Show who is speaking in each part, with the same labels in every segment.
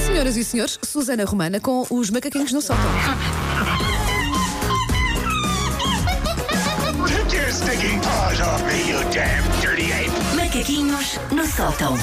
Speaker 1: Senhoras e senhores, Susana Romana com os macaquinhos no sótão.
Speaker 2: Take your stinking paws off me, you damn dirty ape!
Speaker 3: Macaquinhos no sótão.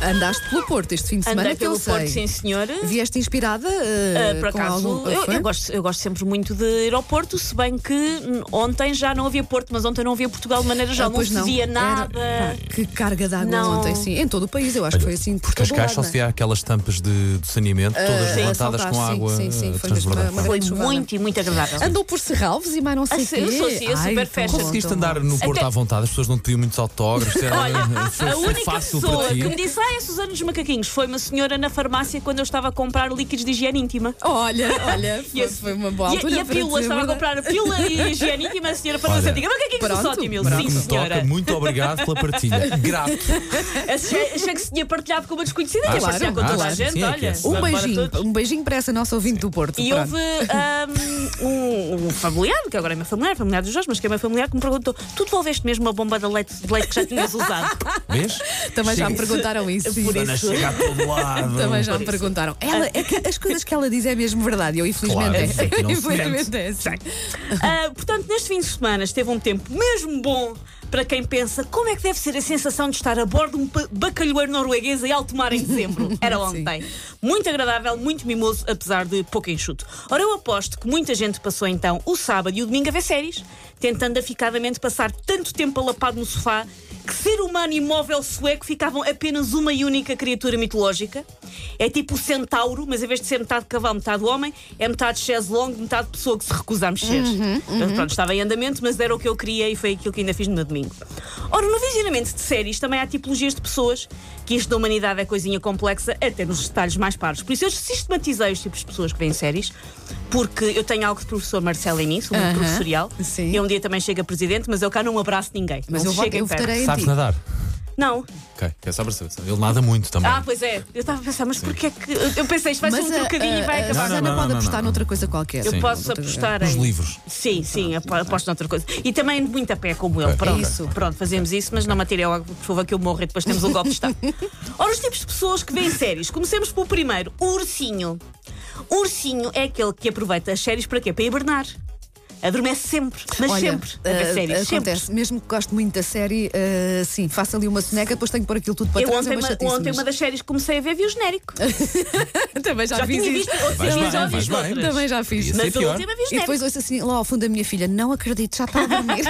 Speaker 1: Andaste pelo Porto este fim de semana,
Speaker 4: Andei
Speaker 1: que eu
Speaker 4: pelo Porto,
Speaker 1: sei.
Speaker 4: sim senhor.
Speaker 1: Vieste inspirada?
Speaker 4: Ah,
Speaker 1: eh,
Speaker 4: por
Speaker 1: com
Speaker 4: acaso,
Speaker 1: algum-
Speaker 4: eu,
Speaker 1: Foi?
Speaker 4: eu gosto, eu gosto sempre muito de aeroporto, se bem que hum, ontem já não havia Porto, mas ontem não havia Portugal de maneira
Speaker 1: Ah,
Speaker 4: geral, não
Speaker 1: pois
Speaker 4: se via
Speaker 1: Era-
Speaker 4: nada.
Speaker 1: Ah, que carga d'água
Speaker 4: Não.
Speaker 1: ontem, sim. Em todo o país, eu acho que foi assim.
Speaker 5: Porque as caixas só se vê aquelas tampas de, de saneamento,
Speaker 4: Ah, é
Speaker 5: todas
Speaker 1: sim,
Speaker 5: levantadas
Speaker 1: saltar,
Speaker 5: com
Speaker 1: sim,
Speaker 5: água eh,
Speaker 1: sim, sim, foi
Speaker 5: transbordante.
Speaker 1: mesmo uma- uma-
Speaker 4: Foi
Speaker 1: grande chuvada.
Speaker 4: muito e muito agradável.
Speaker 1: Andou por Serralves e mais não sei
Speaker 4: Ah,
Speaker 1: o quê.
Speaker 4: eu sou assim, eu
Speaker 1: Ai,
Speaker 4: super
Speaker 1: tão bom,
Speaker 4: fashion.
Speaker 5: Conseguiste
Speaker 1: tão
Speaker 5: andar no Porto
Speaker 4: Até-
Speaker 5: à vontade, as pessoas não te pediam muitos autógrafos. Era,
Speaker 4: Olha,
Speaker 5: foi,
Speaker 4: a
Speaker 5: foi
Speaker 4: única
Speaker 5: fácil
Speaker 4: pessoa
Speaker 5: para ti.
Speaker 4: que me disse, ah, é Susana dos Macaquinhos, foi uma senhora na farmácia quando eu estava a comprar líquidos de higiene íntima.
Speaker 1: bom. Olha, olha, foi,
Speaker 4: esse-
Speaker 1: foi uma boa
Speaker 4: E,
Speaker 1: altura.
Speaker 4: a- e a
Speaker 1: para
Speaker 4: pílula,
Speaker 1: dizer
Speaker 4: estava a
Speaker 1: verdade.
Speaker 4: comprar a pílula de higiene íntima, a senhora assim, farmacêutica. Macaquinhos no
Speaker 1: pronto,
Speaker 4: sótão, meu.
Speaker 1: pronto.
Speaker 4: Sim,
Speaker 5: Que Tá, me toca,
Speaker 4: senhora.
Speaker 5: muito obrigado pela partilha. Grato.
Speaker 4: Achei, achei que se tinha partilhado com uma desconhecida
Speaker 5: Ah,
Speaker 4: e apareceu
Speaker 1: claro,
Speaker 4: com toda
Speaker 1: claro.
Speaker 4: a gente,
Speaker 5: Sim, é que
Speaker 4: olha.
Speaker 5: é.
Speaker 1: Um
Speaker 4: bora
Speaker 1: beijinho,
Speaker 4: todos.
Speaker 1: um beijinho para essa nossa ouvinte do Porto.
Speaker 4: E
Speaker 1: pronto.
Speaker 4: houve ahm, um, um familiar, que agora é meu familiar, familiar dos Jorge, mas que é meu familiar, que me perguntou: Tu devolveste mesmo uma bomba de leite, de leite que já tinhas usado?
Speaker 5: Vês?
Speaker 1: Também já me
Speaker 5: Chega-
Speaker 1: perguntaram isso. sim.
Speaker 5: Ana chega a todo lado.
Speaker 1: Também já me perguntaram. Ela, é que as coisas que ela diz é mesmo verdade. Eu, infelizmente,
Speaker 5: Claro,
Speaker 1: é.
Speaker 5: sim, que não se
Speaker 1: infelizmente é assim.
Speaker 4: Ah, portanto, neste fim de semana esteve um tempo mesmo bom para quem pensa como é que deve ser a sensação de estar a bordo de um pa- bacalhoeiro norueguês em alto mar em dezembro. Era ontem. Muito agradável, muito mimoso, apesar de pouco enxuto. Ora, eu aposto que muita gente passou então o sábado e o domingo a ver séries, tentando aficadamente passar tanto tempo alapado no sofá que ser humano e móvel sueco ficavam apenas uma e única criatura mitológica. É tipo o centauro, mas em vez de ser metade cavalo, metade homem, é metade chaise longue, metade pessoa que se recusa a mexer. Mas Pronto, estava em andamento, mas era o que eu queria e foi aquilo que ainda fiz no meu domingo. Ora, no visionamento de séries também há tipologias de pessoas que isto da humanidade é coisinha complexa, até nos detalhes mais parvos. Por isso eu sistematizei os tipos de pessoas que veem séries, porque eu tenho algo de professor Marcelo nisso, um
Speaker 1: Aham,
Speaker 4: professorial.
Speaker 1: sim.
Speaker 4: Eu um dia também chego a presidente, mas eu cá não abraço ninguém.
Speaker 1: Mas
Speaker 4: não
Speaker 1: eu,
Speaker 4: se
Speaker 1: vo-
Speaker 4: cheguem
Speaker 1: eu
Speaker 4: perto.
Speaker 1: votarei em ti.
Speaker 5: Sabes nadar?
Speaker 4: Não.
Speaker 5: Ok, quer saber se ele nada muito também.
Speaker 4: Ah, pois é. Eu estava a pensar, mas porquê é que. eu- Eu pensei, isto vai ser um
Speaker 1: a-
Speaker 4: trocadilho e vai
Speaker 1: a-
Speaker 4: acabar.
Speaker 1: A Susana
Speaker 5: Não, não,
Speaker 1: pode
Speaker 5: não, não,
Speaker 1: apostar
Speaker 5: não.
Speaker 1: noutra coisa qualquer.
Speaker 4: Eu
Speaker 5: Sim.
Speaker 4: posso
Speaker 1: Outra-
Speaker 4: apostar
Speaker 5: Nos
Speaker 4: em.
Speaker 5: livros.
Speaker 4: Sim, sim, apo- aposto noutra coisa. E também de muito a pé, como eu.
Speaker 5: É. Ok.
Speaker 4: Pronto,
Speaker 1: Isso.
Speaker 4: pronto fazemos isso, mas não matirem logo, por favor, que eu morro e depois temos um golpe de Estado. Ora, os tipos de pessoas que veem séries. Comecemos pelo primeiro, o ursinho. O ursinho é aquele que aproveita as séries para quê? Para hibernar. Adormece sempre, mas
Speaker 1: Olha,
Speaker 4: sempre. A ver
Speaker 1: ah,
Speaker 4: séries, sempre.
Speaker 1: acontece, mesmo que gosto muito da série, ah, sim, faço ali uma soneca, depois tenho que pôr aquilo tudo para
Speaker 4: Eu
Speaker 1: trás.
Speaker 4: ontem,
Speaker 1: é uma
Speaker 4: uma-
Speaker 1: chatice,
Speaker 4: ontem
Speaker 1: mas-
Speaker 4: uma das séries que comecei a ver vi o genérico.
Speaker 1: Também já,
Speaker 4: Já
Speaker 1: fiz
Speaker 4: tinha
Speaker 1: isso.
Speaker 4: visto outros
Speaker 5: Vais bem,
Speaker 4: episódios
Speaker 5: vais
Speaker 4: de
Speaker 5: bem.
Speaker 4: outras.
Speaker 1: Também já fiz.
Speaker 5: Isso
Speaker 4: Mas
Speaker 5: é
Speaker 4: a
Speaker 5: pior.
Speaker 4: última vi o
Speaker 1: E depois
Speaker 4: genérico.
Speaker 1: ouço assim lá ao fundo da minha filha, não acredito, já está a dormir.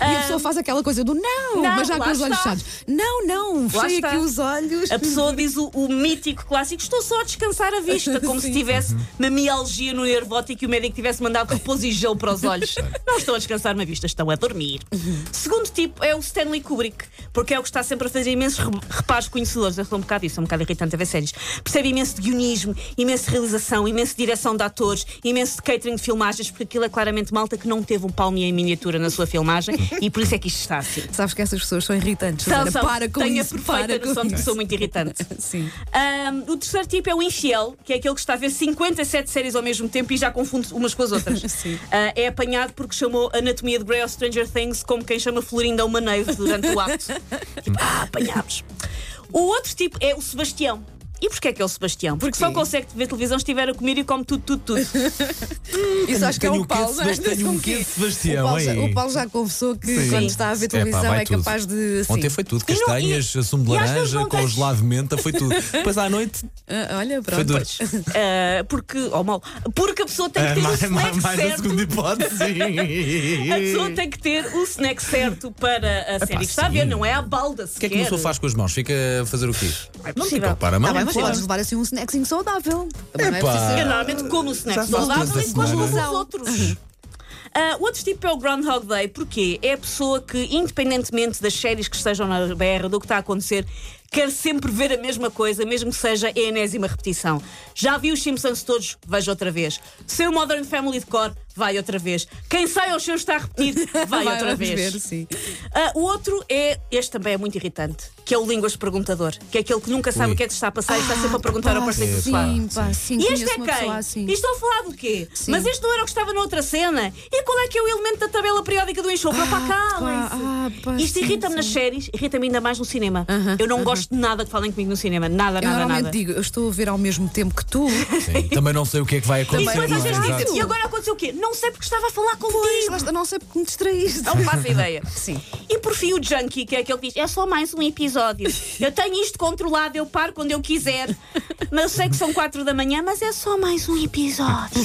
Speaker 1: e a pessoa faz aquela coisa do não,
Speaker 4: Não,
Speaker 1: mas já com
Speaker 4: lá
Speaker 1: os olhos
Speaker 4: está.
Speaker 1: fechados. Não, não, fecha
Speaker 4: está.
Speaker 1: aqui os olhos.
Speaker 4: A pessoa diz o, o mítico clássico: estou só a descansar a vista, como se
Speaker 1: Sim. Uhum.
Speaker 4: tivesse uma mialgia no nervo óptico e o médico tivesse mandado repouso e gelo para os olhos. Não estão a descansar na vista, estão a dormir.
Speaker 1: Uhum.
Speaker 4: Segundo tipo é o Stanley Kubrick, porque é o que está sempre a fazer imensos re- reparos conhecedores. Eu sou um bocado isso, é um bocado irritante a ver séries. Percebe imenso de guionismo, imenso de realização, imenso de direção de atores, imenso de catering de filmagens, porque aquilo é claramente malta que não teve um palme em miniatura na sua filmagem e por isso é que isto está assim.
Speaker 1: Sabes que essas pessoas são irritantes. Susana,
Speaker 4: São, são.
Speaker 1: para com
Speaker 4: Tenho
Speaker 1: isso.
Speaker 4: a perfeita
Speaker 1: para
Speaker 4: noção
Speaker 1: com
Speaker 4: de que
Speaker 1: isso.
Speaker 4: sou muito irritante.
Speaker 1: Sim.
Speaker 4: Ahm, o terceiro tipo é o infiel, que é aquele que está a ver 57 séries ao mesmo tempo e já confunde umas com as outras.
Speaker 1: Sim.
Speaker 4: Ah, é apanhado porque chamou Anatomia de Grey ou Stranger Things como quem chama Florinda a uma noiva durante o ato. tipo, ah, apanhámos. O outro tipo é o Sebastião. E porquê é que é o Sebastião? Porque só
Speaker 1: Sim.
Speaker 4: consegue ver televisão se estiver a comer e come tudo, tudo, tudo.
Speaker 1: Isso acho que é
Speaker 5: Tenho
Speaker 1: o
Speaker 5: um quê de
Speaker 1: Paulo.
Speaker 5: Sebastião,
Speaker 1: mas
Speaker 5: tenho um
Speaker 1: com
Speaker 5: quê
Speaker 1: quê?
Speaker 5: de Sebastião,
Speaker 1: O Paulo já-
Speaker 5: aí.
Speaker 1: O Paulo já confessou que
Speaker 5: Sim.
Speaker 1: quando está a ver televisão
Speaker 5: É pá, vai
Speaker 1: é capaz
Speaker 5: tudo.
Speaker 1: de. Assim,
Speaker 5: Ontem foi tudo,
Speaker 4: E não-
Speaker 5: castanhas,
Speaker 4: e-
Speaker 5: sumo de
Speaker 4: e às vezes
Speaker 5: laranja,
Speaker 4: não tens-
Speaker 5: congelado de menta, foi tudo. Depois à noite
Speaker 1: Ah, olha,
Speaker 5: foi
Speaker 1: pronto.
Speaker 5: duro.
Speaker 4: Ah, porque, oh, mal, porque a pessoa tem que
Speaker 5: É,
Speaker 4: ter o
Speaker 5: mais, mais,
Speaker 4: snack
Speaker 5: mais a
Speaker 4: certo.
Speaker 5: segunda hipótese.
Speaker 4: A pessoa tem que ter o snack certo para a série que está a ver,
Speaker 5: sim.
Speaker 4: não é a balda
Speaker 5: O que é que uma pessoa faz com as mãos? Fica a fazer o quê?
Speaker 4: É
Speaker 5: Não
Speaker 4: possível.
Speaker 5: fica para a mão.
Speaker 1: Ah, bem, mas
Speaker 5: claro.
Speaker 1: podes levar assim um snackzinho saudável. Também não é
Speaker 5: Epá.
Speaker 1: preciso ser-
Speaker 4: Eu normalmente como o snack
Speaker 5: Já faz
Speaker 4: saudável
Speaker 5: durante a
Speaker 4: e depois como os
Speaker 1: semana.
Speaker 4: outros. Ah, o outro tipo é o Groundhog Day, porque é a pessoa que, independentemente das séries que estejam na BR, do que está a acontecer, quer sempre ver a mesma coisa, mesmo que seja a enésima repetição. Já vi os Simpsons todos, vejo outra vez. Seu Modern Family de cor, vai outra vez. Quem sai aos seus está a repetir, vai, outra
Speaker 1: vamos
Speaker 4: vez.
Speaker 1: ver, sim.
Speaker 4: Ah, o outro é, este também é muito irritante, que é o línguas perguntador, que é aquele que nunca sabe
Speaker 5: Ui.
Speaker 4: o que é que se está a passar e está sempre a
Speaker 1: Ah,
Speaker 4: perguntar ao
Speaker 1: pá,
Speaker 4: parceiro do
Speaker 1: Sim,
Speaker 4: sofá.
Speaker 1: pá, sim,
Speaker 4: E
Speaker 1: conheço
Speaker 4: este é
Speaker 1: uma
Speaker 4: quem?
Speaker 1: pessoa assim.
Speaker 4: E Estão a falar do quê?
Speaker 1: Sim.
Speaker 4: Mas este não era o que estava na outra cena? E qual é que é o elemento da tabela periódica do enxofre? Opa, calem-se.
Speaker 1: Ah, pá, ah, pá,
Speaker 4: Isto
Speaker 1: sim,
Speaker 4: irrita-me
Speaker 1: sim.
Speaker 4: nas séries, irrita-me ainda mais no cinema.
Speaker 1: Aham,
Speaker 4: eu não gosto de nada que falem comigo no cinema.
Speaker 1: Eu
Speaker 4: Nada, é nada,
Speaker 1: normalmente
Speaker 4: nada.
Speaker 1: digo, eu estou a ver ao mesmo tempo que tu.
Speaker 5: Sim. Também não sei o que é que vai
Speaker 4: E
Speaker 5: acontecer.
Speaker 4: depois
Speaker 5: não
Speaker 4: às
Speaker 5: é?
Speaker 4: vezes
Speaker 5: Exato.
Speaker 4: dizem, e agora aconteceu o quê? Não sei porque estava a falar contigo.
Speaker 1: Lá está, não sei porque me distraíste.
Speaker 4: Não faço ideia.
Speaker 1: Sim.
Speaker 4: E por fim o junkie, que é aquele que diz: é só mais um episódio. Eu tenho isto controlado, eu paro quando eu quiser. Mas eu sei que são quatro da manhã, mas é só mais um episódio.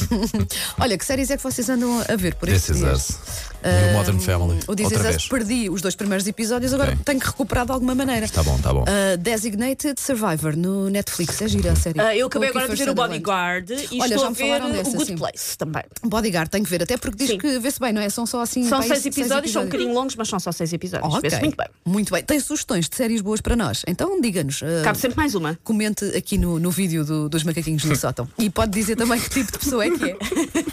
Speaker 1: Olha, que séries é que vocês andam a ver por
Speaker 5: This
Speaker 1: estes
Speaker 5: is
Speaker 1: dias?
Speaker 5: us. E É o Modern Family.
Speaker 1: O This
Speaker 5: Outra
Speaker 1: Is Us,
Speaker 5: vez.
Speaker 1: perdi os dois primeiros episódios, agora
Speaker 5: Ok.
Speaker 1: tenho que recuperar de alguma maneira.
Speaker 5: Tá bom, tá bom. Uhum.
Speaker 1: Uh, Designated Survivor no Netflix, é gira a série.
Speaker 4: Ah, eu acabei
Speaker 1: Com
Speaker 4: agora de
Speaker 1: Kiefer
Speaker 4: ver o
Speaker 1: Sutherland.
Speaker 4: Bodyguard e
Speaker 1: Olha,
Speaker 4: estou
Speaker 1: já
Speaker 4: a
Speaker 1: me
Speaker 4: ver
Speaker 1: falaram dessa,
Speaker 4: o Good
Speaker 1: sim.
Speaker 4: Place também.
Speaker 1: Bodyguard, tenho que ver, até porque diz
Speaker 4: Sim.
Speaker 1: que vê-se bem, não é? São só assim.
Speaker 4: São
Speaker 1: pá,
Speaker 4: seis,
Speaker 1: este-
Speaker 4: episódios, são um bocadinho longos, mas são só seis episódios.
Speaker 1: Ok.
Speaker 4: Vê-se muito bem.
Speaker 1: Muito bem. Tem sugestões de séries boas para nós? Então diga-nos. uh,
Speaker 4: Cabe sempre mais uma.
Speaker 1: Comente aqui no, no vídeo do- dos macaquinhos no sótão. E pode dizer também que tipo de pessoa é que é.